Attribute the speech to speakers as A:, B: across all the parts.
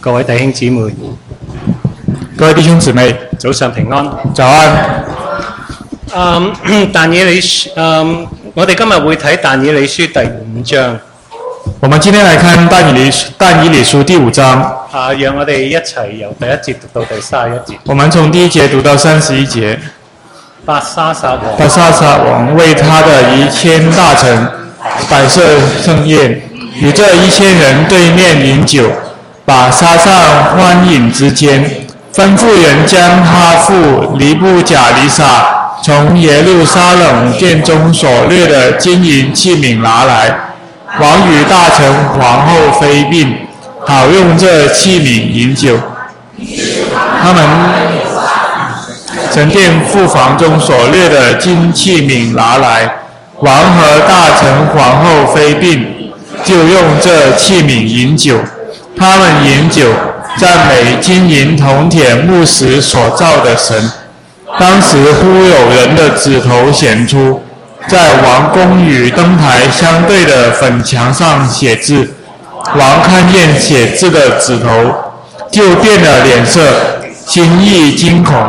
A: 各位弟兄姊妹，
B: 各位弟兄姊妹，
A: 早上平安。
B: 早安。
A: 嗯， 但以理書，嗯，我哋今日會睇但以理書第五章，
B: 我们今天来看但以理但以理书第五章，
A: 啊，讓我哋一齊由第一節讀到第三十一節。
B: 我们从第一节讀到三十一节。
A: 白沙撒王
B: 巴沙撒王为他的一千大臣摆设盛宴，与这一千人对面饮酒，把沙撒欢饮之间，吩咐人将哈父尼布甲尼撒从耶路撒冷殿中所掠的金银器皿拿来，王与大臣皇后妃嫔，好用这器皿饮酒。他们神殿库房中所掠的金器皿拿来，王和大臣、皇后、妃嫔就用这器皿饮酒。他们饮酒，赞美金银铜铁木石所造的神。当时忽有人的指头显出，在王宫与灯台相对的粉墙上写字。王看见写字的指头，就变了脸色，心意惊恐。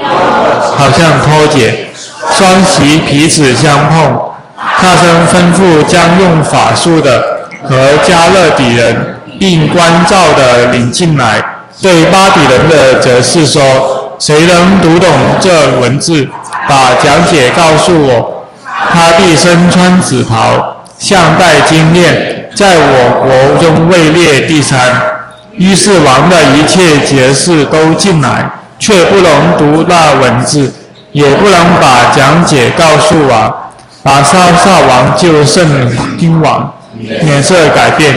B: 好像脱节，双膝彼此相碰。大声吩咐将用法术的和加勒底人并关照的领进来，对巴比伦的则是说：谁能读懂这文字，把讲解告诉我。他必身穿紫袍，项戴金链，在我国中位列第三。于是王的一切节事都进来，却不能读那文字，也不能把讲解告诉王。把沙撒王就胜君王，脸色改变，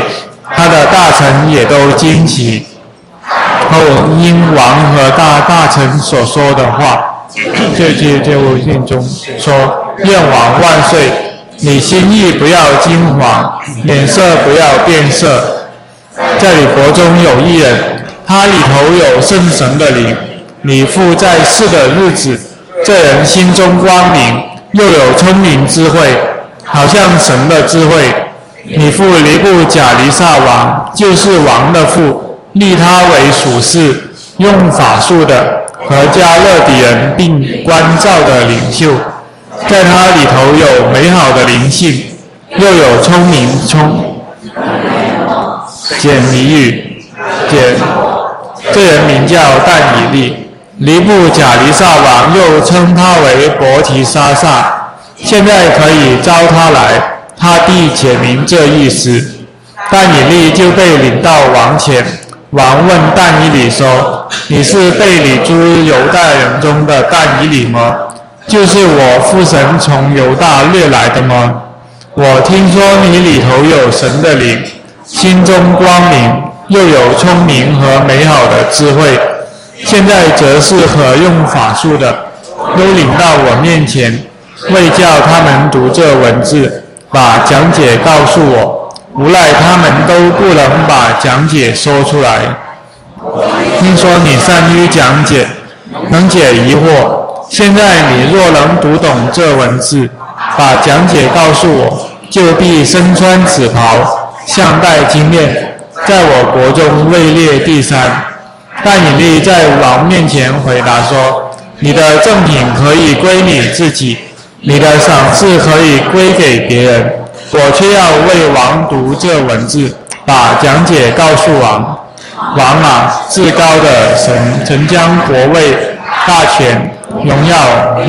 B: 他的大臣也都惊奇。后因王和大大臣所说的话，就去就信中说：“愿王万岁！你心意不要惊惶，脸色不要变色。在你国中有一人，他里头有圣神的灵。你父在世的日子，这人心中光明，又有聪明智慧，好像神的智慧。你父尼布甲尼撒王就是王的父，立他为属事，用法术的和加勒底人并关照的领袖，在他里头有美好的灵性，又有聪明聪简谜语，简，这人名叫但以利。尼布甲尼撒王又称他为伯提沙撒，现在可以招他来，他必解明这意思。但以利就被领到王前，王问但以理说：“你是被你诸犹大人中的但以理吗？就是我父神从犹大掠来的吗？”我听说你里头有神的灵，心中光明，又有聪明和美好的智慧。现在则是可用法术的，都领到我面前，为叫他们读这文字，把讲解告诉我。无奈他们都不能把讲解说出来。听说你善于讲解，能解疑惑。现在你若能读懂这文字，把讲解告诉我，就必身穿紫袍，项戴金链，在我国中位列第三。但以利在王面前回答说：“你的赠品可以归你自己，你的赏赐可以归给别人，我却要为王读这文字，把讲解告诉王。王啊，至高的神，曾将国位、大权、荣耀、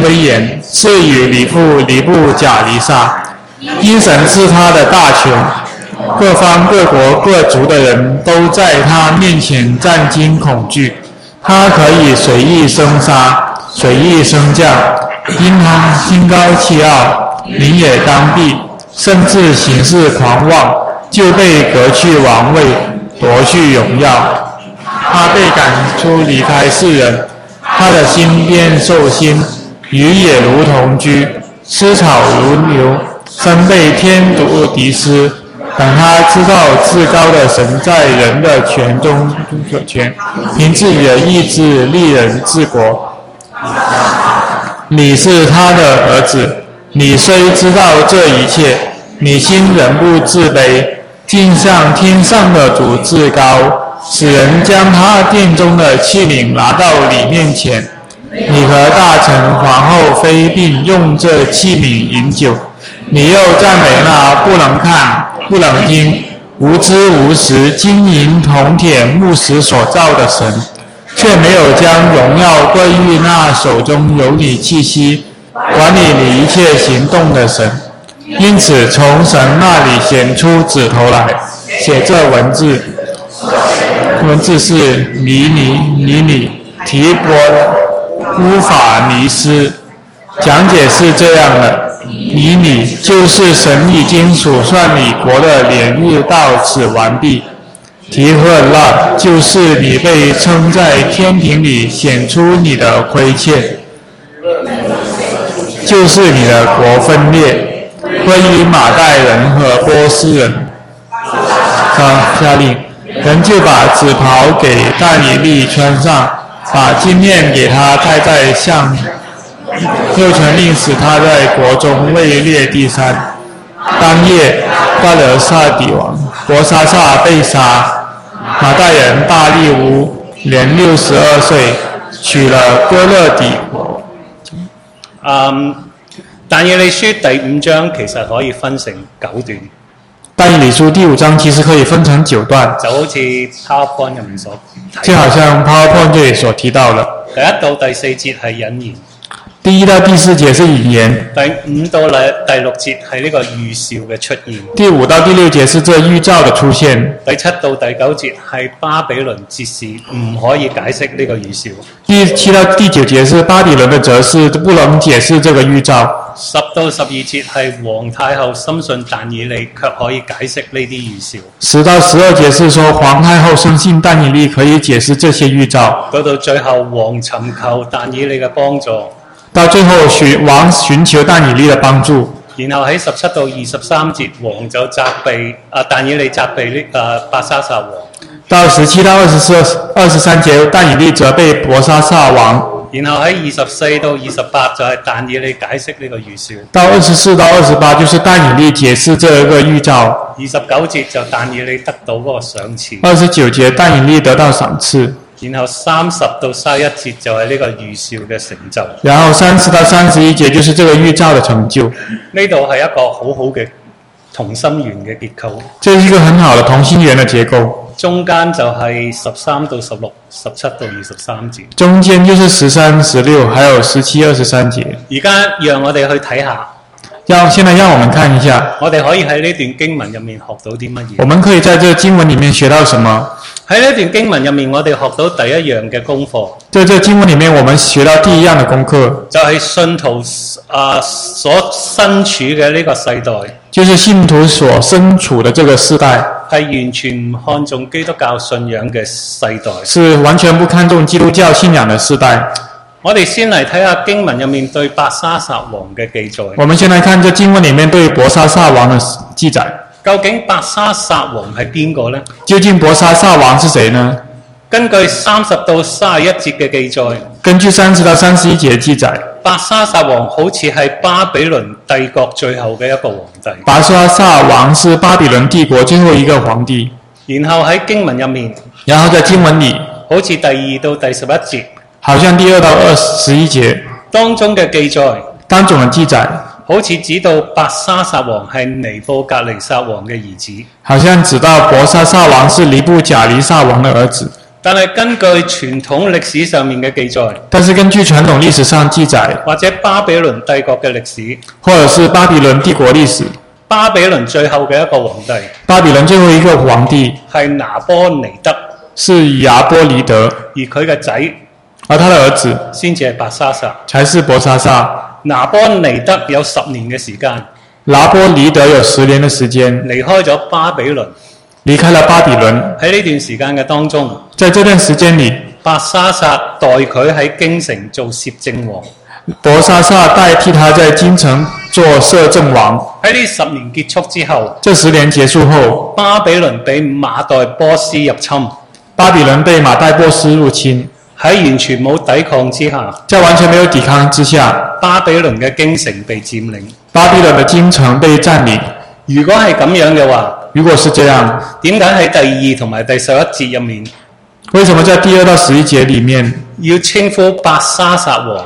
B: 威严赐予里布里布贾尼撒，因神是他的大权，各方各国各族的人都在他面前战惊恐惧，他可以随意生杀，随意升降，因他心高气傲，临也当避，甚至行事狂妄，就被革去王位，夺去荣耀。他被赶出离开世人，他的心变兽心，与野如同居，吃草如牛，身被天毒敌施。等他知道至高的神在人的权中权，凭自己的意志立人治国。你是他的儿子，你虽知道这一切，你心仍不自卑，敬上天上的主至高，使人将他殿中的器皿拿到你面前。你和大臣、皇后、妃嫔用这器皿饮酒，你又赞美那不能看、不能听、无知无识、金银铜铁木石所造的神，却没有将荣耀归于那手中有你气息、管理你一切行动的神。因此，从神那里显出指头来，写这文字。文字是米尼尼里提伯。乌法尼斯讲解是这样的：以你就是神已经数算你国的年日到此完毕。提赫那就是你被称在天庭里显出你的亏欠，就是你的国分裂，归于马代人和波斯人。啊，下令，人就把紫袍给但以利穿上。把金链给他戴在项，又传令使他在国中位列第三。当夜，巴勒萨底王伯沙撒被杀，马代人大利乌年六十二岁，娶了哥勒底国。
A: 嗯，但以理書第五章其實可以分成九段，
B: 但以理书第五章其实可以分成九段，
A: 就好似 PowerPoint 入面所睇。
B: 就好像 PowerPoint 这里所提到的，
A: 第一到第四節係引言，
B: 第一到第四节是引言，
A: 第五到第第六節係呢個預兆嘅出現，
B: 第五到第六节是这预兆的出现，
A: 第七到第九節係巴比倫哲士唔可以解釋呢個預兆，
B: 第七到第九节是巴比伦的哲士不能解释这个预兆，
A: 十到十二節係皇太后深信但以理卻可以解釋呢啲預兆，
B: 十到十二节是说皇太后深信但以利可以解释这些预兆，
A: 到到最後王尋求但以理嘅幫助。
B: 到最后寻王寻求但以利的帮助，
A: 然後喺十七到二十三節，王就責備啊，但以理責備呢啊白沙撒王。
B: 到十七到二十四、二十三节但以利责备伯沙撒王，
A: 然後喺二十四到二十八就係但以理解釋呢個預兆。
B: 到二十四到二十八就是但以利解释这个预兆，
A: 二十九節就但以理得到嗰個賞賜。
B: 二十九节但以利得到赏赐，
A: 然後三十到三一節就係呢個預兆嘅成就。
B: 然后三十到三十一节就是这个预兆的成就，
A: 呢度係一個好好嘅同心圓嘅結構，
B: 这是一个很好的同心圆的结构。
A: 中間就係十三到十六、十七到二十三節。
B: 中间就是十三、十六，还有十七、二十三节。
A: 而家讓我哋去睇下，
B: 要现在让我们看一下，
A: 我哋可以喺呢段經文入面學到啲乜嘢
B: 我。们可以在这经文里面学到什么？
A: 喺呢段經文入面，我哋學到第一樣嘅功課，
B: 在这经文里面，我们学到第一样的功课，
A: 就係、信徒啊、所身處嘅呢個世代，
B: 就是信徒所身处的这个时代，
A: 係完全唔看重基督教信仰嘅世代。
B: 是完全不看重基督教信仰的时代。
A: 我哋先嚟睇下經文入面對白沙撒王嘅記載。
B: 我们先来看这经文里面对伯沙撒王的记载。
A: 究竟白沙撒王係邊個呢？
B: 究竟伯沙撒王是谁呢？
A: 根據三十到三十一節嘅記載，
B: 根据三十到三十一节记载，
A: 白沙撒王好似係巴比倫帝國最後嘅一個皇帝。
B: 伯沙撒王是巴比伦帝国最后一个皇帝。
A: 然後喺經文入面，
B: 然后在经文里，
A: 好似第二到第十一節
B: 好像第二到二十一节
A: 當中嘅記載。
B: 当中的记载，
A: 好似指到白沙撒王係尼布格尼撒王嘅兒子，
B: 好像指到伯沙撒王是尼布甲尼撒王的儿子。
A: 但係根據傳統歷史上面嘅記載，
B: 但是根据传统历史上记载，
A: 或者巴比倫帝國嘅歷史，
B: 或者是巴比伦帝国历史，
A: 巴比倫最後嘅一個皇帝
B: 巴比伦最后一个皇帝
A: 係拿波尼德，
B: 是亚波尼德，
A: 而佢嘅仔
B: 而他的儿子
A: 先至係白沙撒。
B: 才是伯沙撒。
A: 拿波尼德有十年嘅時間
B: 拿波尼德有十年的时间
A: 離開咗巴比倫，
B: 离开了巴比伦，
A: 喺呢段時間嘅當中，
B: 在这段时间里，
A: 白沙撒代佢喺京城做攝政王。
B: 伯沙撒代替他在京城做摄政王。
A: 喺呢十年結束之後，
B: 这十年结束后，
A: 巴比倫俾馬代波斯入侵。
B: 巴比伦被马代波斯入侵，
A: 喺完全冇抵抗之下，
B: 在完全没有抵抗之下，
A: 巴比倫嘅京城被佔領。
B: 巴比伦的京城被占领。
A: 如果係咁樣嘅話，
B: 如果是这样，
A: 點解喺第二同埋第十一節入面
B: 为什么在第二到十一节里面
A: 要稱呼白沙撒王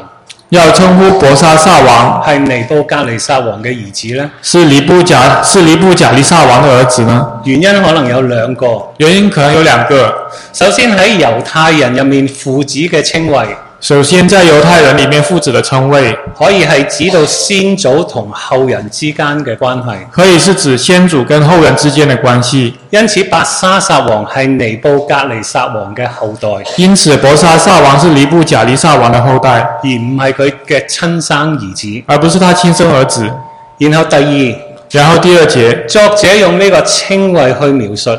B: 要称呼伯沙撒王
A: 係尼布格尼撒王嘅兒子呢？
B: 是尼布甲是尼布甲利撒王的儿子呢？
A: 原因可能有兩個。
B: 原因可能有两个。
A: 首先喺猶太人入面，父子嘅稱謂
B: 首先，在犹太人里面，父子的称谓
A: 可以係指到先祖同後人之間嘅關係。
B: 可以是指先祖跟后人之间的关系。
A: 因此，白沙撒王係尼布格尼撒王嘅後代，而
B: 因此，伯沙撒王是尼布甲利撒王的后代，
A: 唔係佢嘅親生兒子。
B: 而不是他亲生儿子。
A: 然後第二，
B: 然后第二节，
A: 作者用呢個稱謂去描述，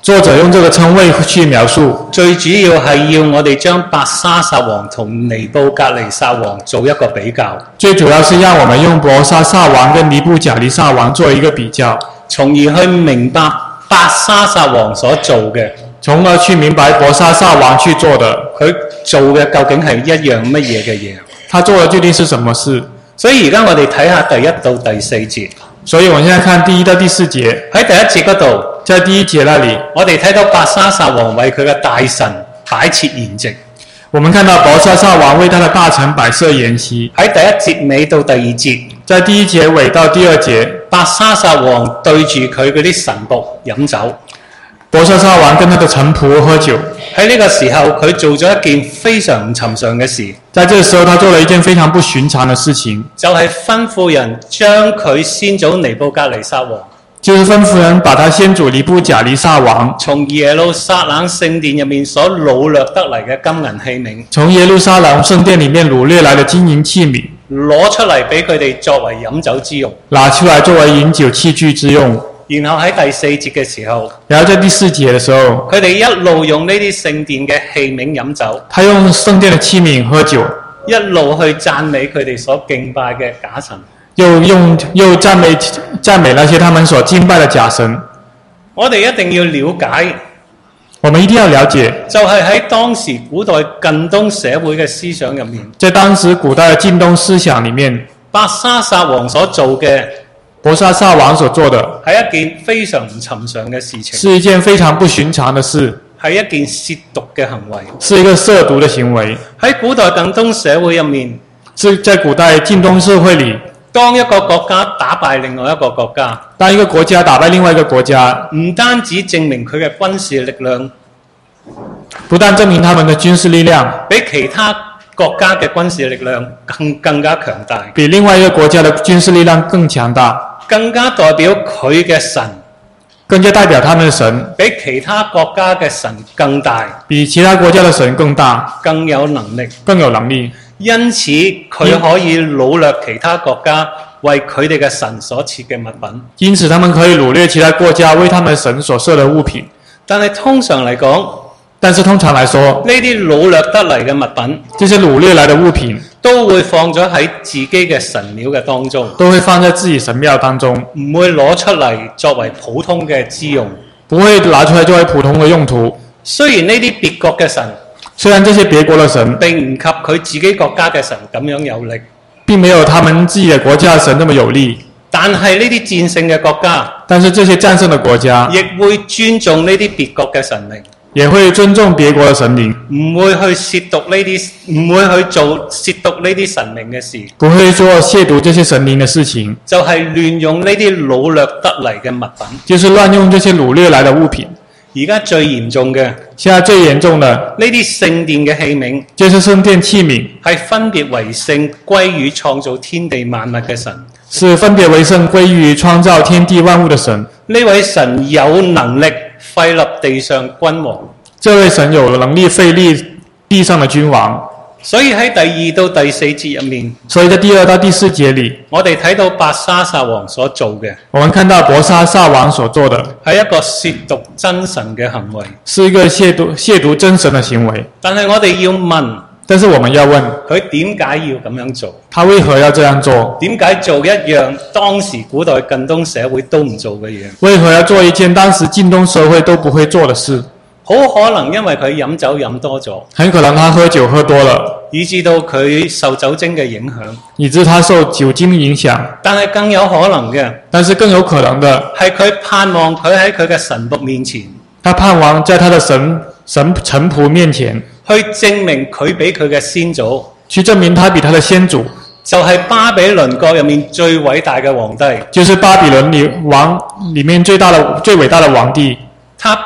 B: 作者用这个称谓去描述，
A: 最主要係要我哋將白沙撒王同尼布格尼撒王做一個比較，
B: 最主要是让我们用伯沙撒王跟尼布甲利撒王做一个比较，
A: 從而去明白白沙撒王所做嘅，
B: 从而去明白伯沙撒王去做的，
A: 佢做嘅究竟係一樣乜嘢嘅嘢。
B: 他做的究竟是什么事。
A: 所以而家我哋睇下第一到第四節，
B: 所以我们現在看第一到第四节，
A: 喺第一節嗰度，
B: 在第一节那里，
A: 我哋睇到白沙撒王為佢嘅大臣擺設筵席。
B: 我们看到伯沙撒王为他的大臣摆设筵席，
A: 喺第一節尾到第二節，
B: 在第一节尾到第二节，
A: 白沙撒王對住佢嗰啲神仆飲酒。
B: 伯沙撒王跟他的臣仆喝酒。
A: 喺呢個時候，佢做咗一件非常唔尋常嘅事，
B: 在这时候，他做了一件非常不寻常的事情，
A: 就係、吩咐人將佢先祖尼布格尼撒王
B: 就是吩咐人把他先祖尼布甲利撒王
A: 從耶路撒冷聖殿入面所掳掠得嚟嘅金銀器
B: 从耶路撒冷圣殿里面掳掠来的金银器皿
A: 皿攞出嚟俾佢哋作為飲酒之用。
B: 拿出来作为饮酒器具之用。
A: 然後喺第四節嘅時候，
B: 然后在第四节的时候，
A: 佢哋一路用呢啲聖殿嘅器皿飲酒，
B: 他用圣殿的器皿喝酒，
A: 一路去讚美佢哋所敬拜嘅假神。
B: 又用又赞美赞美那些他们所敬拜的假神。
A: 我哋一定要了解，
B: 我们一定要了解，
A: 就係、喺當時古代近東社會嘅思想入面，
B: 在当时古代的近东思想里面，
A: 白沙撒王所做嘅
B: 伯沙撒王所做的
A: 係一件非常唔尋常嘅事情，
B: 是一件非常不寻常的事，
A: 係一件褻瀆嘅行為。
B: 是一个涉毒的行为。
A: 喺古代近東社會入面，
B: 是在古代近东社会里，
A: 當一個國家打敗另外一個國家，
B: 当一个国家打败另外一个國家，
A: 唔單止證明佢嘅軍事力量
B: 不但证明他们的军事力量
A: 比其他國家嘅軍事力量更更加強大，
B: 比另外一个国家的军事力量更强大，
A: 更加代表佢嘅神
B: 更加代表他们的神
A: 比其他國家嘅神更大、
B: 比其他国家的神更大，
A: 更有能力。
B: 更有能力。
A: 因此佢可以掳掠其他國家為佢哋嘅神所設嘅物品。
B: 因此，他们可以掳掠其他国家为他们神所设的物品。
A: 但係通常嚟講，
B: 但是，通常来说，
A: 呢啲掳掠得嚟嘅物品
B: 这些掳掠来的物品
A: 都會放咗喺自己嘅神廟嘅當中，
B: 都会放在自己神庙当中，
A: 唔會攞出嚟作為普通嘅之用。
B: 不会拿出来作为普通的用途。
A: 雖然呢啲別國嘅神
B: 虽然这些别国的神
A: 並唔及佢自己國家嘅神咁樣有力，
B: 并没有他们自己的国家的神那么有力，
A: 但係呢啲戰勝嘅國家
B: 但是这些战胜的国家
A: 亦會尊重呢啲別國嘅神靈。
B: 也會尊重別國的神靈，
A: 唔會去褻瀆呢啲，唔會去做褻瀆呢啲神明嘅事，
B: 不會做亵渎這些神靈的事情，
A: 就係、亂用呢啲掳掠得嚟嘅物
B: 就是亂用這些掳掠來的物品。
A: 品。而家最嚴重嘅呢
B: 現在最嚴重的
A: 啲聖殿嘅器皿，
B: 就是聖殿器皿，
A: 係分別為聖歸於創造天地萬物嘅神。
B: 是分別為聖歸於創造天地萬物的神。
A: 呢位神有能力廢立地上君王，
B: 這位神有能力废立地上的君王，
A: 所以喺第二到第四節入面，
B: 所以在第二到第四節裡，
A: 我哋睇到白沙撒王所做嘅
B: 我們看到伯沙撒王所做的
A: 係一個褻瀆真神嘅行為。
B: 是一個亵渎亵渎真神的行為。
A: 但係我哋要問
B: 但是我們要問
A: 佢點解要咁樣做？
B: 他為何要這樣做？
A: 點解做一樣當時古代近東社會都唔做嘅嘢？
B: 為何要做一件當時近東社會都不會做的事？
A: 好可能因為佢飲酒飲多咗，
B: 很可能他喝酒喝多了，
A: 以至到佢受酒精嘅影響。
B: 以致他受酒精影响。
A: 但係更有可能嘅
B: 但是更有可能的，
A: 係佢盼望佢喺佢嘅神仆面前
B: 他盼望在他的神神臣仆面前
A: 去證明佢比佢嘅先祖
B: 去证明他比他的先祖，
A: 就係、巴比倫國入面最偉大嘅皇帝。
B: 就是巴比伦里王里面最大的最伟大的王帝，
A: 他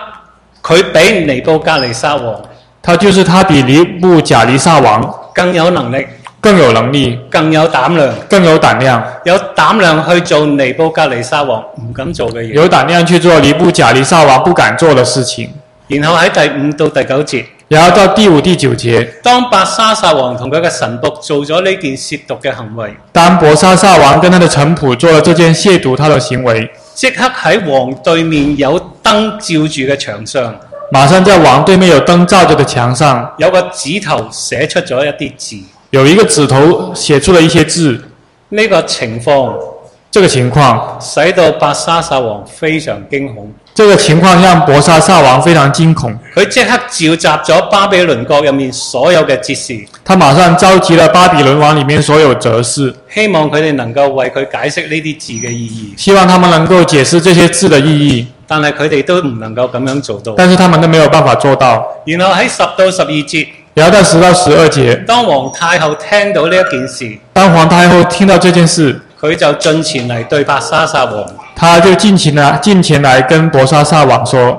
A: 佢比尼布格尼撒王
B: 他就是他比尼布贾尼撒王
A: 更有能力、
B: 更有能力、
A: 更有膽量，
B: 更有胆量，
A: 有膽量去做尼布格尼撒王唔敢做嘅嘢。
B: 有胆量去做尼布贾尼撒王不敢做的事情。
A: 然後喺第五到第九節，
B: 然后到第五、第九节，
A: 當白沙撒王同佢嘅神仆做咗呢件褻瀆嘅行為，
B: 当伯沙撒王跟他的臣仆做了这件亵渎他的行为，
A: 即刻喺王對面有燈照住嘅牆上，
B: 马上在王对面有灯照着的墙上，
A: 有個指頭寫出咗一啲字。
B: 有一个指头写出了一些字。
A: 呢、個情況
B: 这个情况，
A: 使到白沙撒王非常驚恐，
B: 这个情况让伯沙撒王非常惊恐，
A: 佢即刻召集咗巴比倫國入面所有嘅哲士。
B: 他马上召集了巴比伦王里面所有哲士，
A: 希望佢哋能夠為佢解釋呢啲字嘅意義，
B: 希望他们能够解释这些字的意义，
A: 但係佢哋都唔能夠咁樣做到。
B: 但是他们都没有办法做到。
A: 然後喺十到十二節，
B: 然后到十到十二节，
A: 當皇太后聽到呢一件事，
B: 当皇太后听到这件事，
A: 佢就進前嚟對白沙撒王，
B: 她就进前来进前来跟伯沙撒王说，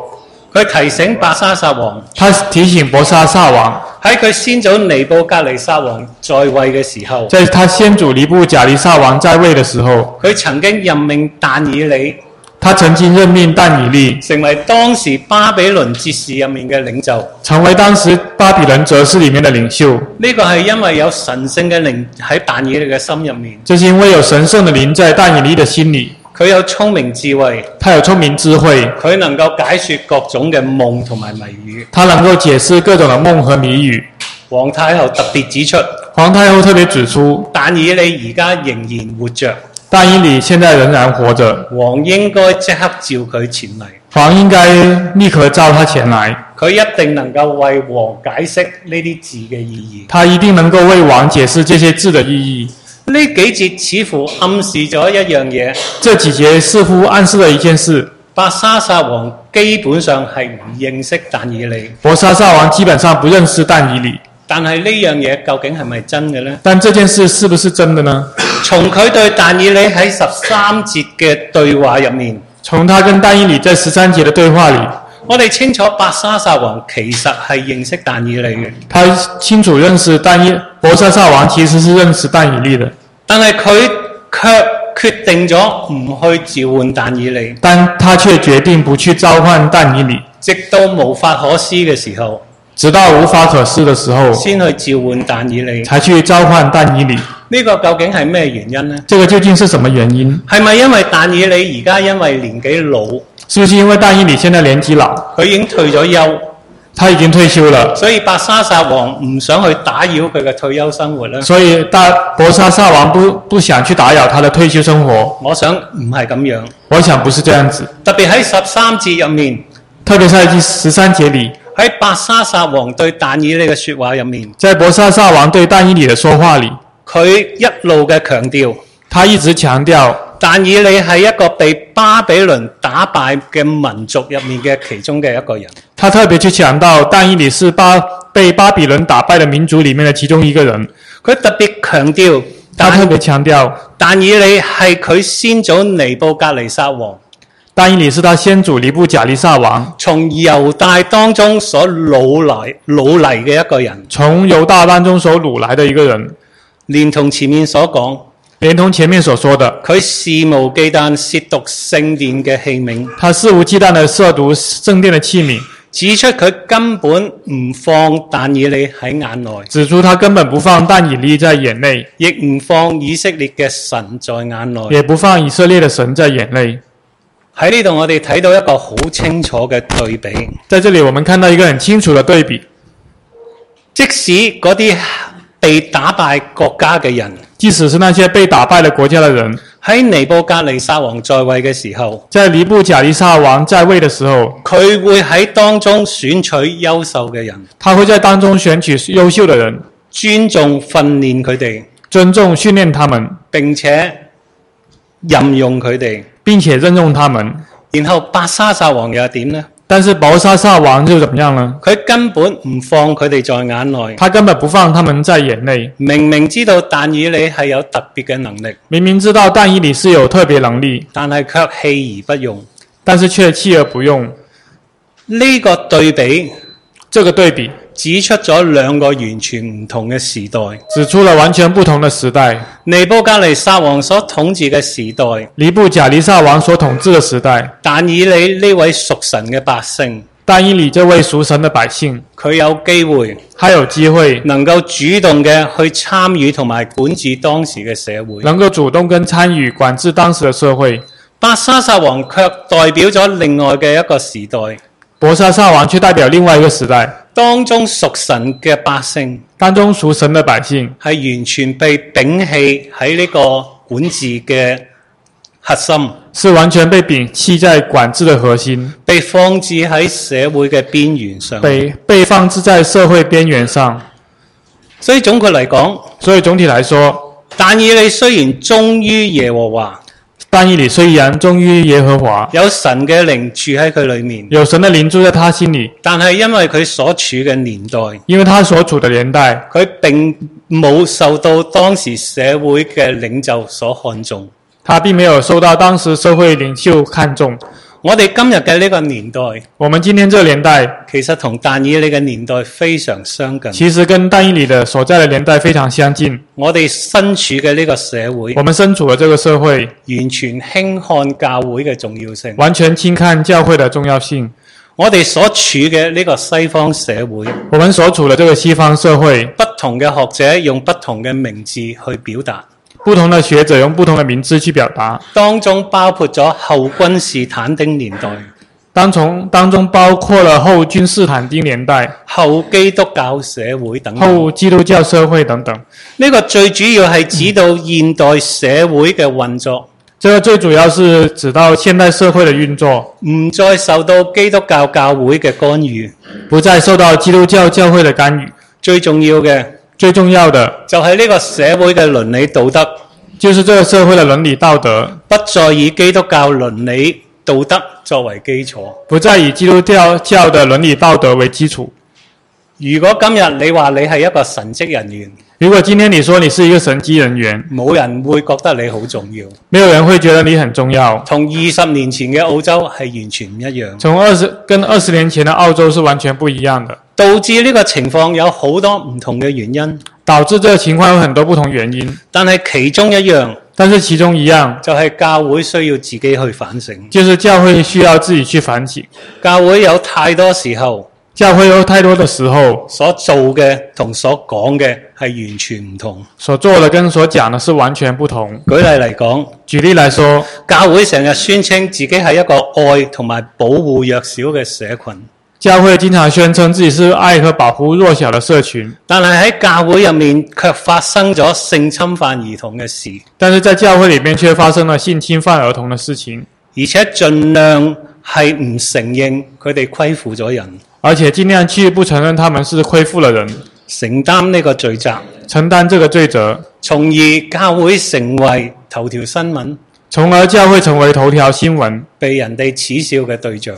A: 佢提醒白沙撒王
B: 她提醒伯沙撒王，
A: 喺佢先祖尼布格尼撒王在位嘅時候，
B: 在他先祖尼布贾利撒王在位的时候，
A: 佢曾經任命但以理
B: 他曾经任命但以利
A: 成為當時巴比倫哲士入面嘅領袖。
B: 成为当时巴比伦哲士里面的领袖，
A: 呢、個係因為有神聖嘅靈喺但以理嘅心入面，
B: 这是因为有神圣的灵在但以利的心里，
A: 佢有聰明智慧。
B: 他有聪明智慧，
A: 佢能夠解説各種嘅夢同埋謎語。
B: 他能够解释各种的梦和谜语。
A: 皇太后特別指出，
B: 皇太后特别指出，
A: 但以理而家仍然活着，
B: 但以理现在仍然活着，
A: 王應該即刻召佢前嚟，
B: 王应该立刻召他前来，
A: 佢一定能夠為王解釋呢啲字嘅意
B: 他一定能夠为王解释这些字的意义。
A: 義。呢幾節似乎暗示咗一樣嘢，
B: 这几节似乎暗示了一件事：
A: 白沙撒王基本上係唔認識但以理，
B: 伯沙撒王基本上不认识但以理，
A: 但係呢樣嘢究竟係咪真嘅呢？
B: 但这件事是不是真的呢？
A: 從佢對但以理喺十三節嘅對話入面，
B: 从他跟但以理在十三节的对话里，
A: 我哋清楚白沙撒王其實係認識但以理嘅，
B: 他清楚认识但以伯沙撒王其实是认识但以利的，
A: 但係佢卻決定咗唔去召喚但以理，
B: 但他却决定不去召唤但以理，
A: 直到無法可施嘅時候，
B: 直到无法可施的时候，
A: 先去召喚但以理。
B: 才去召唤但以理。
A: 呢、個究竟係咩原因呢？
B: 这个究竟是什么原因？
A: 係咪因為但以理而家因為年紀老，
B: 是不是因为但以理现在年纪老，
A: 佢已經退咗休，
B: 他已经退休了，
A: 所以白沙撒王唔想去打擾佢嘅退休生活呢？
B: 所以大伯沙撒王不不想去打扰他的退休生活？
A: 我想唔係咁樣，
B: 我想不是这样子。
A: 特別喺十三節入面，
B: 特别在第十三节里，
A: 喺白沙撒王對但以理嘅説話入面。
B: 在伯沙撒王对但以理的说话里，
A: 佢一路嘅強調，
B: 他一直强调
A: 但以理係一個被巴比倫打敗嘅民族入面嘅其中嘅一個人。
B: 他特别去强调但以理是巴被巴比伦打败的民族里面的其中一个人。
A: 佢特別強調，
B: 他特
A: 但
B: 别强调
A: 但以理係佢先祖尼布格尼撒王
B: 但以理是他先祖尼布贾利撒王
A: 從猶大當中所擄嚟擄嚟嘅一個人，
B: 从犹大当中所掳来的一个人，
A: 連同前面所講，
B: 连同前面所说的。
A: 佢肆無忌憚褻瀆聖殿嘅器皿，
B: 他肆无忌惮地涉毒圣殿的器皿，
A: 指出佢根本唔放但以理喺眼內，
B: 指出他根本不放但以利在眼内，
A: 亦唔放以色列嘅神在眼內。
B: 也不放以色列的神在眼内。
A: 喺呢度我哋睇到一個好清楚嘅對比，
B: 在这里，我们看到一个很清楚的对比：
A: 即使嗰啲被打敗國家嘅人
B: 即使是那些被打败的国家的人，
A: 喺尼布格尼撒王在位嘅時候，
B: 在尼布贾利撒王在位的时候，
A: 佢會喺當中選取優秀嘅人，
B: 他会在当中选取优秀的人，
A: 尊重訓練佢哋，
B: 尊重训练他们，
A: 並且任用佢哋。
B: 并且任用他们。
A: 然後白沙撒王又係點呢？
B: 但是保沙撒王又怎么样呢？
A: 佢根本唔放佢哋在眼內，
B: 他根本不放他们在眼内，
A: 明明知道但以理係有特別嘅能力，
B: 明明知道但以理是有特别能力，
A: 但係卻棄而不用。
B: 但是却弃而不用。
A: 呢、個對比
B: 这个对比
A: 指出咗兩個完全唔同嘅時代。
B: 指出了完全不同的时代，
A: 尼布加尼撒王所統治嘅時代，
B: 尼布贾尼撒王所统治的时代，
A: 但以理呢位屬神嘅百姓，
B: 但以理这位属神的百姓，
A: 佢有機會
B: 他有机会
A: 能夠主動嘅去參與同埋管治當時嘅社會。
B: 能够主动跟参与管制当时的社会。
A: 白沙撒王卻代表咗另外嘅一個時代，
B: 博沙撒王却代表另外一个时代，
A: 當中屬神嘅百姓
B: 当中属神的百姓
A: 係完全被摒棄喺呢個管治嘅核心，
B: 是完全被摒弃在管制的核心，
A: 被放置喺社會嘅邊緣上。
B: 被被放置在社会边缘上。
A: 所以總括嚟講，
B: 所以总体来说，
A: 但以理雖然忠於耶和華。
B: 但以理虽然忠于耶和华，
A: 有神嘅靈住喺佢裏面，
B: 有神的灵住在他心里，
A: 但係因為佢所處嘅年代，
B: 因为他所处的年代，
A: 佢並冇受到當時社會嘅領袖所看重。
B: 他并没有受到当时社会领袖看重。
A: 我哋今日嘅呢個年代，
B: 我们今天这个年代，
A: 其實同但以理嘅年代非常相近。
B: 其实跟但以理的所在的年代非常相近。
A: 我哋身處嘅呢個社會，
B: 我们身处的这个社会，
A: 完全輕看教會嘅重要性。
B: 完全轻看教会的重要性。
A: 我哋所處嘅呢個西方社會，
B: 我们所处的这个西方社会，
A: 不同嘅學者用不同嘅名字去表達，
B: 不同的学者用不同的名字去表达，
A: 當中包括咗後君士坦丁年代。
B: 当从当中包括了后君士坦丁年代、
A: 後基督教社會等等。
B: 后基督教社会等等。
A: 呢、個最主要係指到現代社會嘅運作，
B: 这个最主要是指到现代社会的运作，
A: 唔再受到基督教教會嘅干預。
B: 不再受到基督教教会的干预。
A: 最重要嘅
B: 最重要的
A: 就係呢個社會嘅倫理道德，
B: 就是这个社会的伦理道德，
A: 不再以基督教倫理道德作為基礎。
B: 不再以基督教教的伦理道德为基础。
A: 如果今日你話你係一個神職人員，
B: 如果今天你说你是一个神级人员，
A: 冇人會覺得你好重要，
B: 没有人会觉得你很重要。
A: 同二十年前嘅澳洲係完全唔一樣，
B: 从二十跟二十年前的澳洲是完全不一样的，
A: 導致呢個情況有好多唔同嘅原因，
B: 导致这个情况有很多不同原因。
A: 但係其中一樣。
B: 但是其中一样
A: 就係教會需要自己去反省。
B: 就是教会需要自己去反省。
A: 教會有太多時候
B: 教会有太多的时候
A: 所做嘅同所講嘅係完全唔同。
B: 所做的跟所讲的是完全不同。
A: 舉例嚟講，
B: 举例来说，
A: 教會成日宣稱自己係一個愛同埋保護弱小嘅社群，
B: 教会经常宣称自己是爱和保护弱小的社群，
A: 但係喺教會入面卻發生咗性侵犯兒童嘅事，
B: 但是在教会里面却发生了性侵犯儿童的事情，
A: 而且盡量係唔承認佢哋虧負咗人，
B: 而且尽量去不承认他们是亏负了人，
A: 承擔呢個罪責，
B: 承担这个罪责，
A: 從而教會成為頭條新聞，
B: 从而教会成为头条新闻，
A: 被人哋恥笑嘅對象。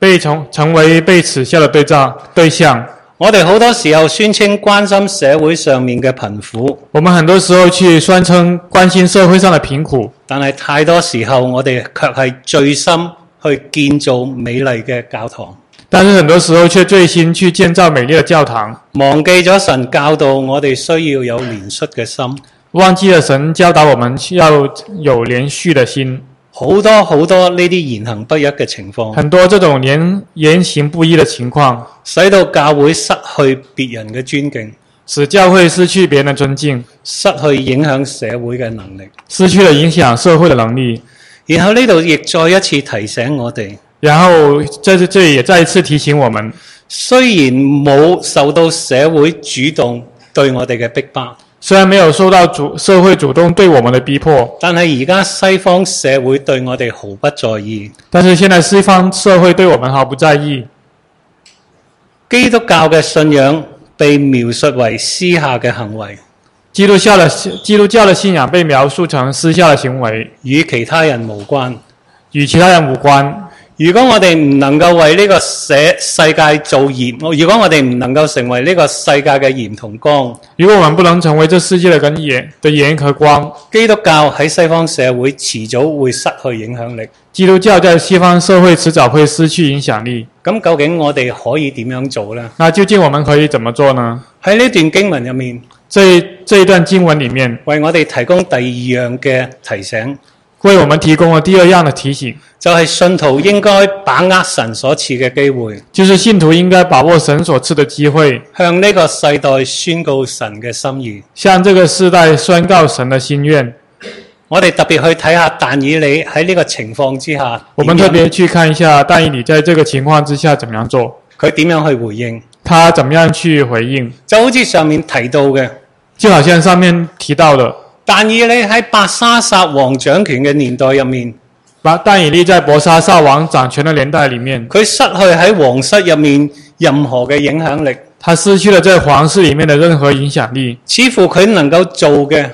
B: 被从成为被耻笑的对照对象。
A: 我哋好多時候宣稱關心社會上面嘅貧苦，
B: 我们很多时候去宣称关心社会上的贫苦，
A: 但係太多時候我哋卻係醉心去建造美麗嘅教堂，
B: 但是很多时候却醉心去建造美丽的教堂，
A: 忘記咗神教導我哋需要有憐恤嘅心。
B: 忘记了神教导我们要有连续的心。
A: 好多好多呢啲言行不一嘅情況，
B: 很多这种言言行不一的情况，
A: 使到教會失去別人嘅尊敬，
B: 使教会失去别人的尊敬，
A: 失去影響社會嘅能力。
B: 失去了影响社会的能力。
A: 然後呢度亦再一次提醒我哋，
B: 然后这是这也再一次提醒我们，
A: 雖然冇受到社會主動對我哋嘅逼迫。
B: 虽然没有受到主社会主动对我们的逼迫，
A: 但係而家西方社會對我哋毫不在意，
B: 但是现在西方社会对我们毫不在意。
A: 基督教嘅信仰被描述為私下嘅行為，
B: 基督教的基督教的信仰被描述成私下的行為，
A: 與其他人無關。
B: 與其他人無關。
A: 如果我哋唔能夠為呢個社世界做鹽，如果我哋唔能夠成為呢個世界嘅鹽同光，
B: 如果我們不能成為這世界的根源的鹽和光，
A: 基督教喺西方社會遲早會失去影響力。
B: 基督教在西方社會遲早會失去影響力。
A: 咁究竟我哋可以點樣做呢？
B: 那究竟我們可以怎麼做呢？
A: 喺呢段經文入面，
B: 這一這一段經文裡面
A: 為我哋提供第二樣嘅提醒，
B: 為我們提供了第二樣的提醒，
A: 就係、信徒應該把握神所賜嘅機會，
B: 就是信徒應該把握神所賜的機會，
A: 向呢個世代宣告神嘅心意。
B: 向這個世代宣告神的心願。
A: 我哋特別去睇下但以理喺呢個情況之下，
B: 我們特
A: 點樣
B: 別去看一下但以理在這個情況之下怎麼樣做，
A: 佢點樣去回應，
B: 他怎麼樣去回應。
A: 就好似上面提到嘅。
B: 就好像上面提到的，
A: 但以理喺白沙撒王掌權嘅年代入面，
B: 把但以利在伯沙撒王掌權的年代裡面，
A: 佢失去喺皇室入面任何嘅影響力，
B: 他失去了在皇室裡面的任何影響力，
A: 似乎佢能夠做嘅，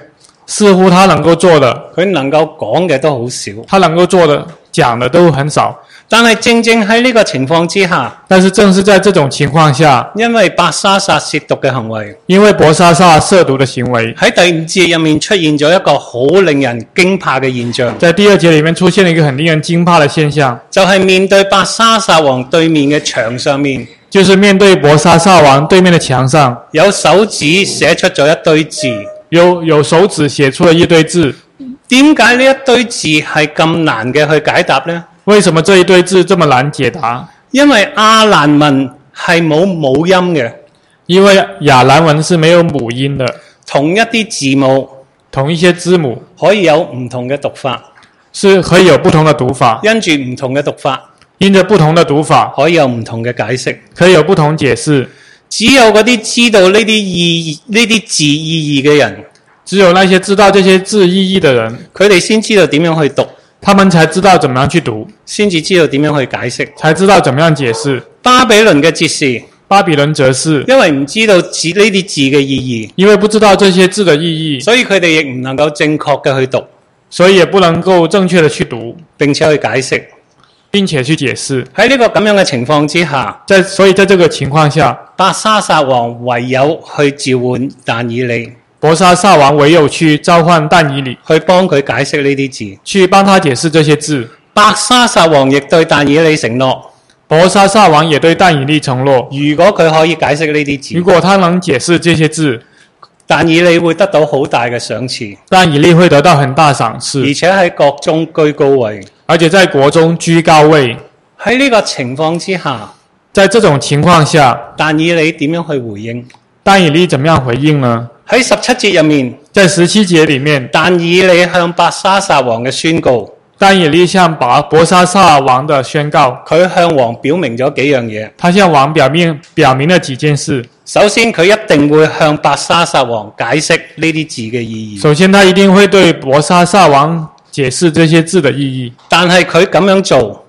B: 似乎他能夠做的，
A: 佢能夠講嘅都好少。
B: 他能夠做的講的都很少。
A: 但係正正喺呢個情況之下，
B: 但是正是在這種情況下，
A: 因為白沙撒褻瀆嘅行為，
B: 因為伯沙撒涉毒的行為，
A: 喺第五節入面出現咗一個好令人驚怕嘅現象，
B: 在第二節裡面出現了一個很令人驚怕的現象，
A: 就係、面對白沙撒王對面嘅牆上面
B: 就是面對伯沙撒王對面的牆上
A: 有手指寫出咗一堆字。
B: 有有手指寫出了一堆字。
A: 點解呢一堆字係咁難嘅去解答呢？
B: 為什麼這一堆字這麼難解答？
A: 因為亞蘭文係冇母音嘅，
B: 因為亞蘭文是沒有母音的，
A: 同一啲字母
B: 同一些字母
A: 可以有唔同嘅讀法，
B: 是可以有不同的讀法，
A: 因住唔同嘅讀法
B: 因着不同的讀法
A: 可以有唔同嘅解釋。
B: 可以有不同解釋。
A: 只有嗰啲知道呢啲意呢啲字意義嘅人，
B: 只有那些知道這些字意義的人，
A: 佢哋先知道點樣去讀，
B: 他們才知道怎麼樣去讀，
A: 先至知道點樣去解釋。
B: 才知道怎麼樣解釋。
A: 巴比倫嘅哲士，
B: 巴比倫則是
A: 因為唔知道字呢啲字嘅意
B: 因為不知道這些字的意
A: 義，
B: 義，
A: 所以佢哋亦唔能夠正確嘅去讀，
B: 所以也不能夠正確的去讀，
A: 並且去解釋。
B: 並且去解釋。
A: 喺呢個咁樣嘅情況之下，
B: 在所以在這個情況下，
A: 白沙撒王唯有去召喚但以理，
B: 伯沙撒王唯有去召喚但以理
A: 去幫佢解釋呢啲字。
B: 去幫他解釋這些字。
A: 白沙撒王亦對但以理承諾，
B: 伯沙撒王也對但以利承諾，
A: 如果佢可以解釋呢啲
B: 如
A: 字，
B: 果他能解釋這些字，
A: 但以理會得到好大嘅賞賜，
B: 但以利會得到很大賞
A: 而
B: 賜，
A: 且喺國中居高位。
B: 而且在國中居高位。
A: 喺呢個情況之下，
B: 在這種情況下，
A: 但以理點樣去回應？
B: 但以利怎麼樣回應呢？
A: 喺十七節入面，
B: 在十七節裡面，
A: 但以理向白沙撒王嘅宣告，
B: 但以利向拔伯沙撒王的宣告，
A: 佢向王表明咗幾樣嘢。
B: 他向王表明表明了幾件事。
A: 首先，佢一定會向白沙撒王解釋呢啲字嘅意義。
B: 首先，他一定會對伯沙撒王解釋這些字的意義，
A: 但係佢咁樣做，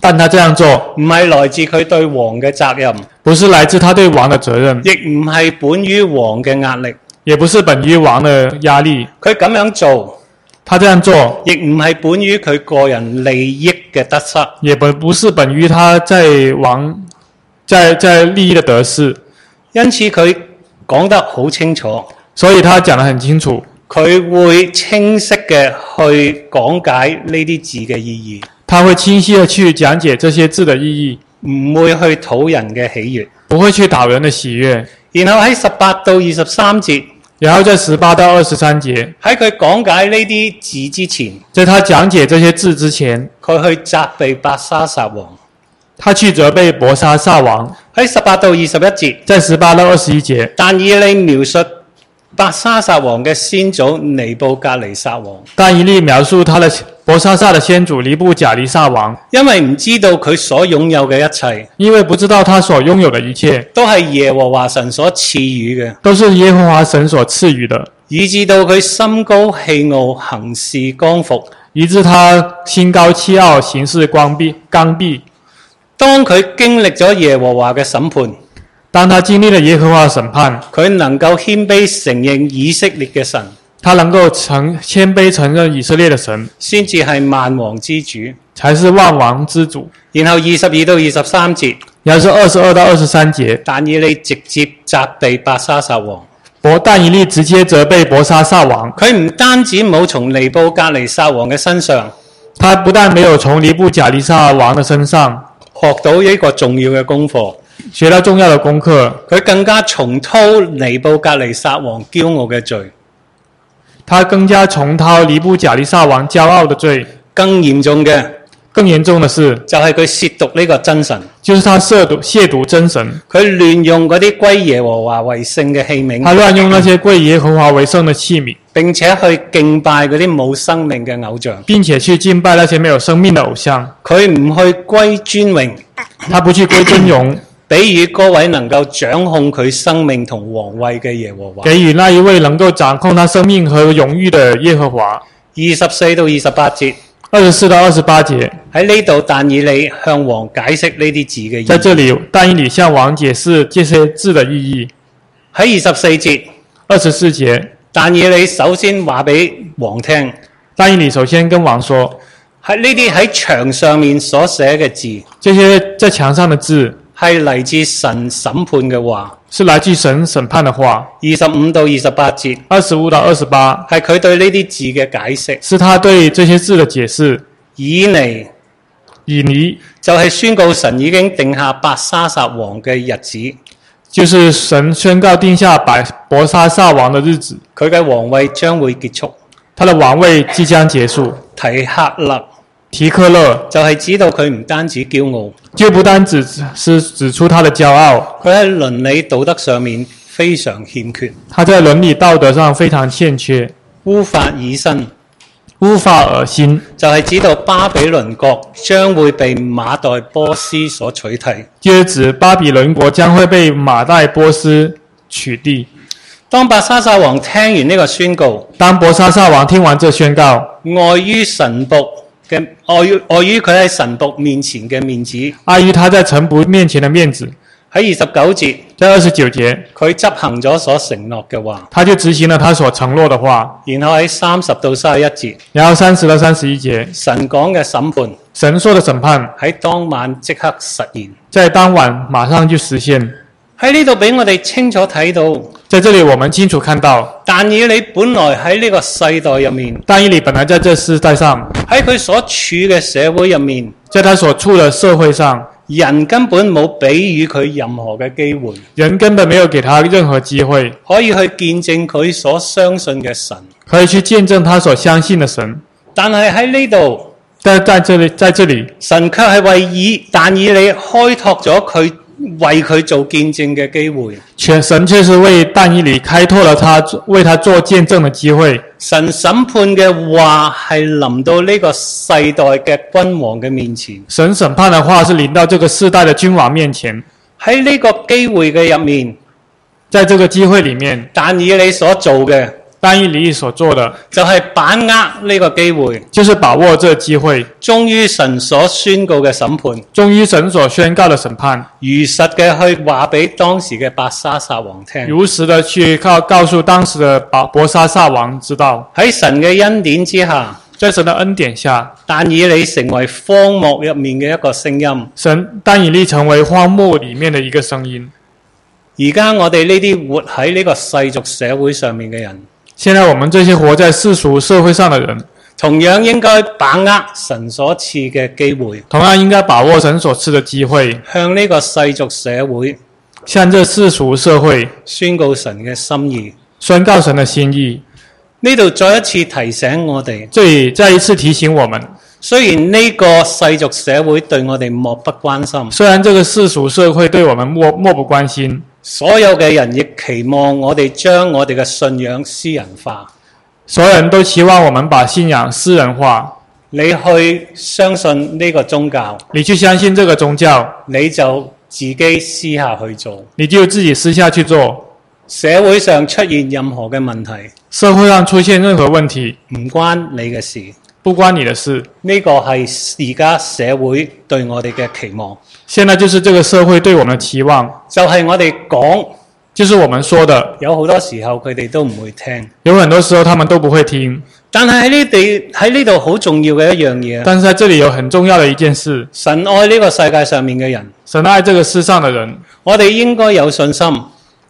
B: 但他這樣做
A: 唔係來自佢對王嘅責任，
B: 不是來自他對王的責任，
A: 亦唔係本於王嘅壓力。
B: 也不是本於王的壓力，
A: 佢咁樣做，
B: 他這樣做
A: 亦唔係本於佢個人利益嘅得失，
B: 也不不是本於他在王在在利益的得失，
A: 因此佢講得好清楚，
B: 所以他講得很清楚，
A: 佢會清晰嘅去講解呢啲字嘅意
B: 他會清晰的去講解這些字的意義。
A: 義，唔會去討人嘅喜悅。
B: 不會去打人的喜悦。
A: 然後喺十八到二十三節，
B: 然后在十八到二十三節，
A: 喺佢講解呢啲字之前，
B: 在他讲解这些字之前，
A: 佢去責備白沙撒王。
B: 他去责备伯沙撒王。
A: 喺十八到二十一節。
B: 在十八到二十一节，
A: 但以理描述白沙撒王嘅先祖尼布格尼撒王，
B: 但以利描述他的伯沙撒的先祖尼布甲尼撒王，
A: 因為唔知道佢所擁有嘅一切
B: 因为不知道他所擁有的一切
A: 都係耶和華神所賜予嘅，
B: 都是耶和華神所賜予的，
A: 以致到佢心高氣傲，行事剛服。
B: 以致他心高氣傲，行事光愎剛愎。
A: 當佢經歷咗耶和華嘅審判，
B: 当他经历了耶和华的审判，
A: 佢能夠謙卑承認以色列嘅神，
B: 他能够承谦卑承认以色列的神
A: 先至係萬王之主。
B: 才是万王之主。
A: 然後二十二到二十三節，
B: 然后是二十二到二十三节，
A: 但以理直接責備白沙撒王。
B: 伯但以利直接责备伯沙撒王，
A: 佢唔單止冇從尼布格尼撒王嘅身上
B: 他不但没有从尼布甲尼撒王的身上
A: 學到一個重要嘅功課，
B: 学到重要的功课，
A: 佢更加重蹈尼布格尼撒王驕傲嘅罪。
B: 他更加重蹈尼布甲尼撒王骄傲的罪。
A: 更嚴重嘅
B: 更严重的是，
A: 就係佢亵渎呢個真神，
B: 就是他亵渎亵渎真神，
A: 佢亂用嗰啲歸耶和華為聖嘅器
B: 他
A: 皿，
B: 乱用那些贵耶和华为圣的器皿，
A: 並且去敬拜嗰啲冇生命嘅偶像。
B: 并且去敬拜那些没有生命的偶像。
A: 佢唔去歸尊榮，
B: 他不去归尊荣，
A: 比喻嗰位能夠掌控佢生命同皇位嘅耶和華。
B: 给予那一位能够掌控他生命和荣誉的耶和华。
A: 二十四到二十八節
B: 二十四到二十八节，
A: 喺呢度，但以理向王解釋呢啲字嘅意義。
B: 在这里，但以理向王解释这些字的意义。
A: 喺二十四節，
B: 二十四节，
A: 但以理首先話俾王聽，
B: 但以理首先跟王说，
A: 喺呢啲喺牆上面所寫嘅字
B: 这些在墙上的字
A: 係嚟自神審判嘅話。
B: 是来自神审判的话。
A: 二十五到二十八節
B: 二十五到二十八
A: 係佢對呢啲字嘅解釋。
B: 是他对这些字的解释。
A: 以尼
B: 以尼
A: 就係宣告神已經定下白沙撒王嘅日子。
B: 就是神宣告定下百伯沙撒王的日子，
A: 佢嘅皇位將會結束。
B: 他的王位即将结束。
A: 提克勒
B: 提克勒
A: 就係指到佢唔單止驕傲，
B: 就不单只是指出他的骄傲，
A: 佢喺倫理道德上面非常欠缺，
B: 他在伦理道德上非常欠缺，
A: 烏法以身
B: 无法而心，
A: 就係指到巴比倫國將會被馬代波斯所取替。
B: 就是指巴比伦国将会被马代波斯取缔。
A: 當白沙撒王聽完呢個宣告，
B: 当伯沙撒王听完这宣告，
A: 礙於神仆嘅礙於礙於佢喺神仆面前嘅面子，喺
B: 碍于他在臣仆面前的面子，
A: 二十九節
B: 在二十九节，
A: 佢執行咗所承諾嘅話，
B: 他就执行了他所承诺的话。
A: 然後喺三十到三十一節
B: 然后三十到三十一节，
A: 神講嘅審判
B: 神说的审判
A: 喺當晚即刻實現。
B: 在当晚马上就实现。
A: 喺呢度俾我哋清楚睇到，
B: 在这里，我们清楚看到，
A: 但以理本來喺呢個世代入面，
B: 但以理本来在这世代上，
A: 喺佢所處嘅社會入面，
B: 在他所处的社会上，
A: 人根本冇俾予佢任何嘅機會，
B: 人根本没有给他任何机会，
A: 可以去見證佢所相信嘅神。
B: 可以去见证他所相信的神。
A: 但係喺呢度，
B: 但在这里，在这里，
A: 神卻係為以但以理開拓咗佢為佢做見證嘅機會。
B: 全神却是为但以理开拓了他为他做见证的机会。
A: 神審判嘅話係臨到呢個世代嘅君王嘅面前。
B: 神审判的话是临到这个世代的君王面前，
A: 喺呢個機會嘅入面，
B: 在这个机会里面，
A: 但以理所做嘅。
B: 但以理所做的
A: 就係把握呢個機會，
B: 就是把握这机会，
A: 忠於神所宣告嘅審判，
B: 忠于神所宣告的审判，
A: 如實嘅去話俾當時嘅白沙撒王聽。
B: 如实的去告告诉当时的伯伯沙撒王知道，
A: 喺神嘅恩典之下，
B: 在神的恩典下，
A: 但以理成為荒漠入面嘅一個聲音。
B: 神但以利成为荒漠里面的一个声音。
A: 而家我哋呢啲活喺呢個世俗社會上面嘅人，
B: 现在我们这些活在世俗社会上的人，
A: 同樣應該把握神所賜嘅機會，
B: 同样应该把握神所赐的机会，
A: 向呢個世俗社會
B: 向这世俗社会
A: 宣告神嘅心意。
B: 宣告神的心意。
A: 呢度再一次提醒我哋，
B: 这里再一次提醒我们，
A: 雖然呢個世俗社會對我哋漠不關心。
B: 虽然这个世俗社会对我们漠漠不关心，
A: 所有嘅人亦期望我哋將我哋嘅信仰私人化。
B: 所有人都期望我们把信仰私人化。
A: 你去相信呢個宗教，
B: 你去相信这个宗教，
A: 你就自己私下去做。
B: 你就自己私下去做。
A: 社會上出現任何嘅問題，
B: 社会上出现任何问题，
A: 唔關你嘅事。
B: 不关你的事。
A: 呢個係而家社會對我哋嘅期望，
B: 现在就是这个社会对我们的期望，
A: 就係、我哋講
B: 就是我们说的，
A: 有好多時候佢哋都唔會聽。
B: 有很多时候他们都不会听。
A: 但係喺呢地喺呢度好重要嘅一樣嘢，
B: 但是在这里有很重要的一件事，
A: 神愛呢個世界上面嘅人，
B: 神爱这个世上的人，
A: 我哋應該有信心。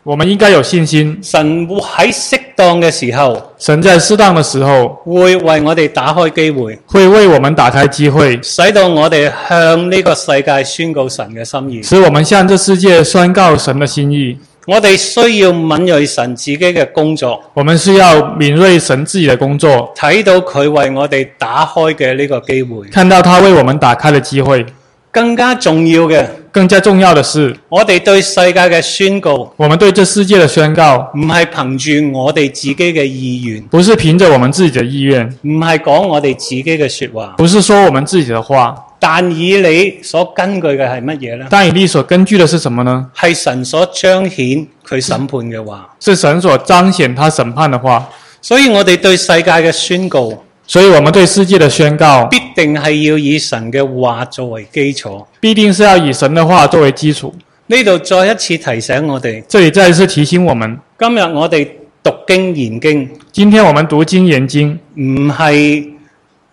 B: 我们应该有信心，
A: 神會喺適當嘅時候
B: 神在适当的时候
A: 會為我哋打開機會，
B: 会为我们打开机会，
A: 使到我哋向呢個世界宣告神嘅心意。
B: 使我们向这世界宣告神的心意。
A: 我哋需要敏鋭神自己嘅工作，
B: 我们是要敏锐神自己的工作，
A: 睇到佢為我哋打開嘅呢個機會。
B: 看到他为我们打开的机会。
A: 更加重要嘅，
B: 更加重要的是，
A: 我哋對世界嘅宣告唔
B: 我们对这世界的宣告，
A: 係憑住我哋自己嘅意願，
B: 不是凭着我们自己的意愿，
A: 唔係講我哋自己嘅说話。
B: 不是说我们自己的话，
A: 但以你所根據嘅係乜嘢呢？
B: 但以利所根据的是什么呢？
A: 係神所彰顯佢審判嘅話，
B: 是神所彰显他审判的话。
A: 所以我哋對世界嘅宣告
B: 所以，我们对世界的宣告，
A: 必定係要以神嘅話作為基礎。
B: 必定是要以神的话作为基础。
A: 呢度再一次提醒我哋，
B: 这里再一次提醒我们，
A: 今日我哋讀經研經
B: 今天我们读经研经，
A: 唔係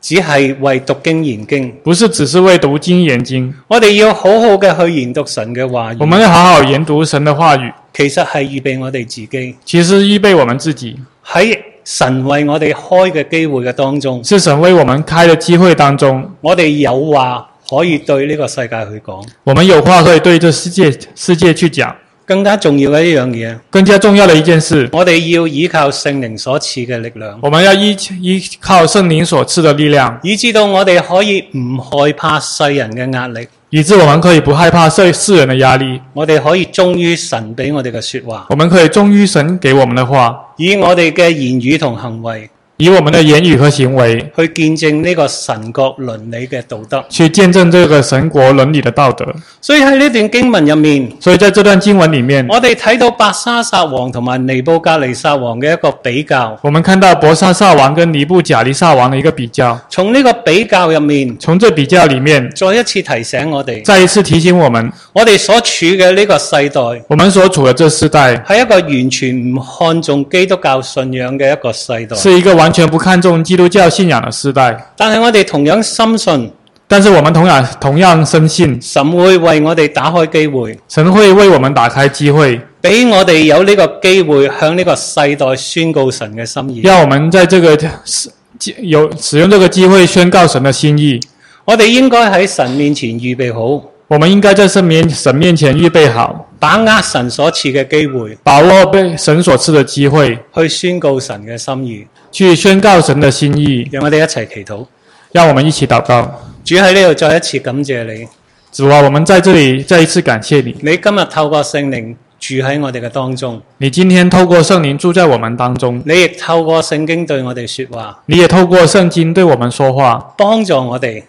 A: 只係為讀經研經，
B: 不是只是为读经研经，
A: 我哋要好好嘅去研讀神嘅話語。
B: 我们要好好研读神的话语，
A: 其實係預備我哋自己
B: 其实预备我们自己，
A: 喺神為我哋開嘅機會嘅當中。
B: 是神为我们开的机会当中，
A: 我哋有話可以對呢個世界去講，
B: 我们有话可以对这世界世界去讲。
A: 更加重要嘅一樣嘢，
B: 更加重要的一件事，
A: 我哋要依靠聖靈所賜嘅力量，
B: 我们要依依靠圣灵所赐的力量，
A: 以至到我哋可以唔害怕世人嘅壓力，
B: 以致我们可以不害怕世世人的压力，
A: 我哋可以忠於神俾我哋嘅说話，
B: 我们可以忠于神给我们的话，
A: 以我哋嘅言語同行為
B: 以我们的言语和行为
A: 去見證呢個神國倫理嘅道德。
B: 去见证这个神国伦理的道德。
A: 所以喺呢段經文入面，
B: 所以在这段经文里面，
A: 我哋睇到白沙撒王同埋尼布甲尼撒王嘅一個比較，
B: 我们看到伯沙撒王跟尼布贾利撒王的一个比较，
A: 從呢個比較入面，
B: 从这比较里面，
A: 再一次提醒我哋。
B: 再一次提醒我们，
A: 我哋所處嘅呢個世代
B: 我们所处的这世代
A: 係一個完全唔看重基督教信仰嘅一個世代，
B: 是一个完全不看重基督教信仰的世代，
A: 但係我哋同樣深信
B: 但是我们同样同样深信
A: 神會為我哋打開機會，
B: 神会为我们打开机会，
A: 俾我哋有呢個機會向呢個世代宣告神嘅心意。
B: 让我们在这个呃使有使用这个机会宣告神的心意。
A: 我哋應該喺神面前預備好，
B: 我们应该在神面神面前预备好，
A: 把握神所賜嘅機會
B: 把握被神所赐的机会，
A: 去宣告神嘅心意。
B: 去宣告神的心意。
A: 讓我哋一齊祈禱。
B: 让我们一起祷告，
A: 主喺呢度再一次感謝你，
B: 主啊，我们在这里再一次感谢你，
A: 你今日透過聖靈住喺我哋嘅當中，
B: 你今天透过圣灵住在我们当中，
A: 你亦透過聖經對我哋說話。
B: 你也透过圣经对我们说话，
A: 帮助我哋，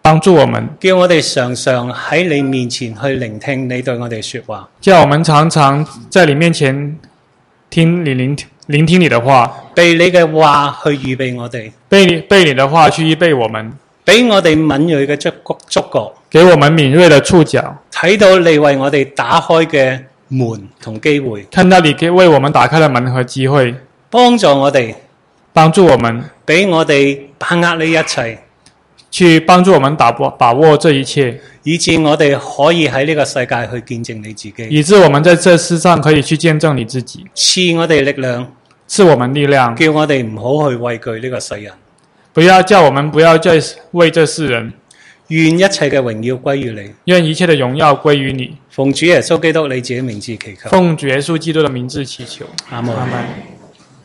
B: 帮助我们，
A: 叫我哋常常喺你面前去聆聽你對我哋说話，
B: 叫我们常常在你面前听你聆聆听你的话，
A: 被你嘅話去預備我哋，
B: 被你被你的话去预备我们。
A: 俾我哋敏鋭嘅觸觸覺，
B: 给我们敏锐的触角，
A: 睇到你為我哋打開嘅門同機會，
B: 看到你给为我们打开了门和机会，
A: 幫助我哋，
B: 帮助我们
A: 俾我哋把握呢一切，
B: 去帮助我们打握把握这一切，
A: 以致我哋可以喺呢個世界去見證你自己，
B: 以致我们在这世上可以去见证你自己，
A: 賜我哋力量，
B: 赐我们力量，
A: 叫我哋唔好去畏懼呢個世人，
B: 不要叫我们不要再为这世人，
A: 願一切嘅榮耀歸於你。
B: 愿一切的荣耀归于你。
A: 奉主耶穌基督你自己名字祈求，
B: 奉主耶稣基督的名字祈求，
A: 阿門。
B: 阿门。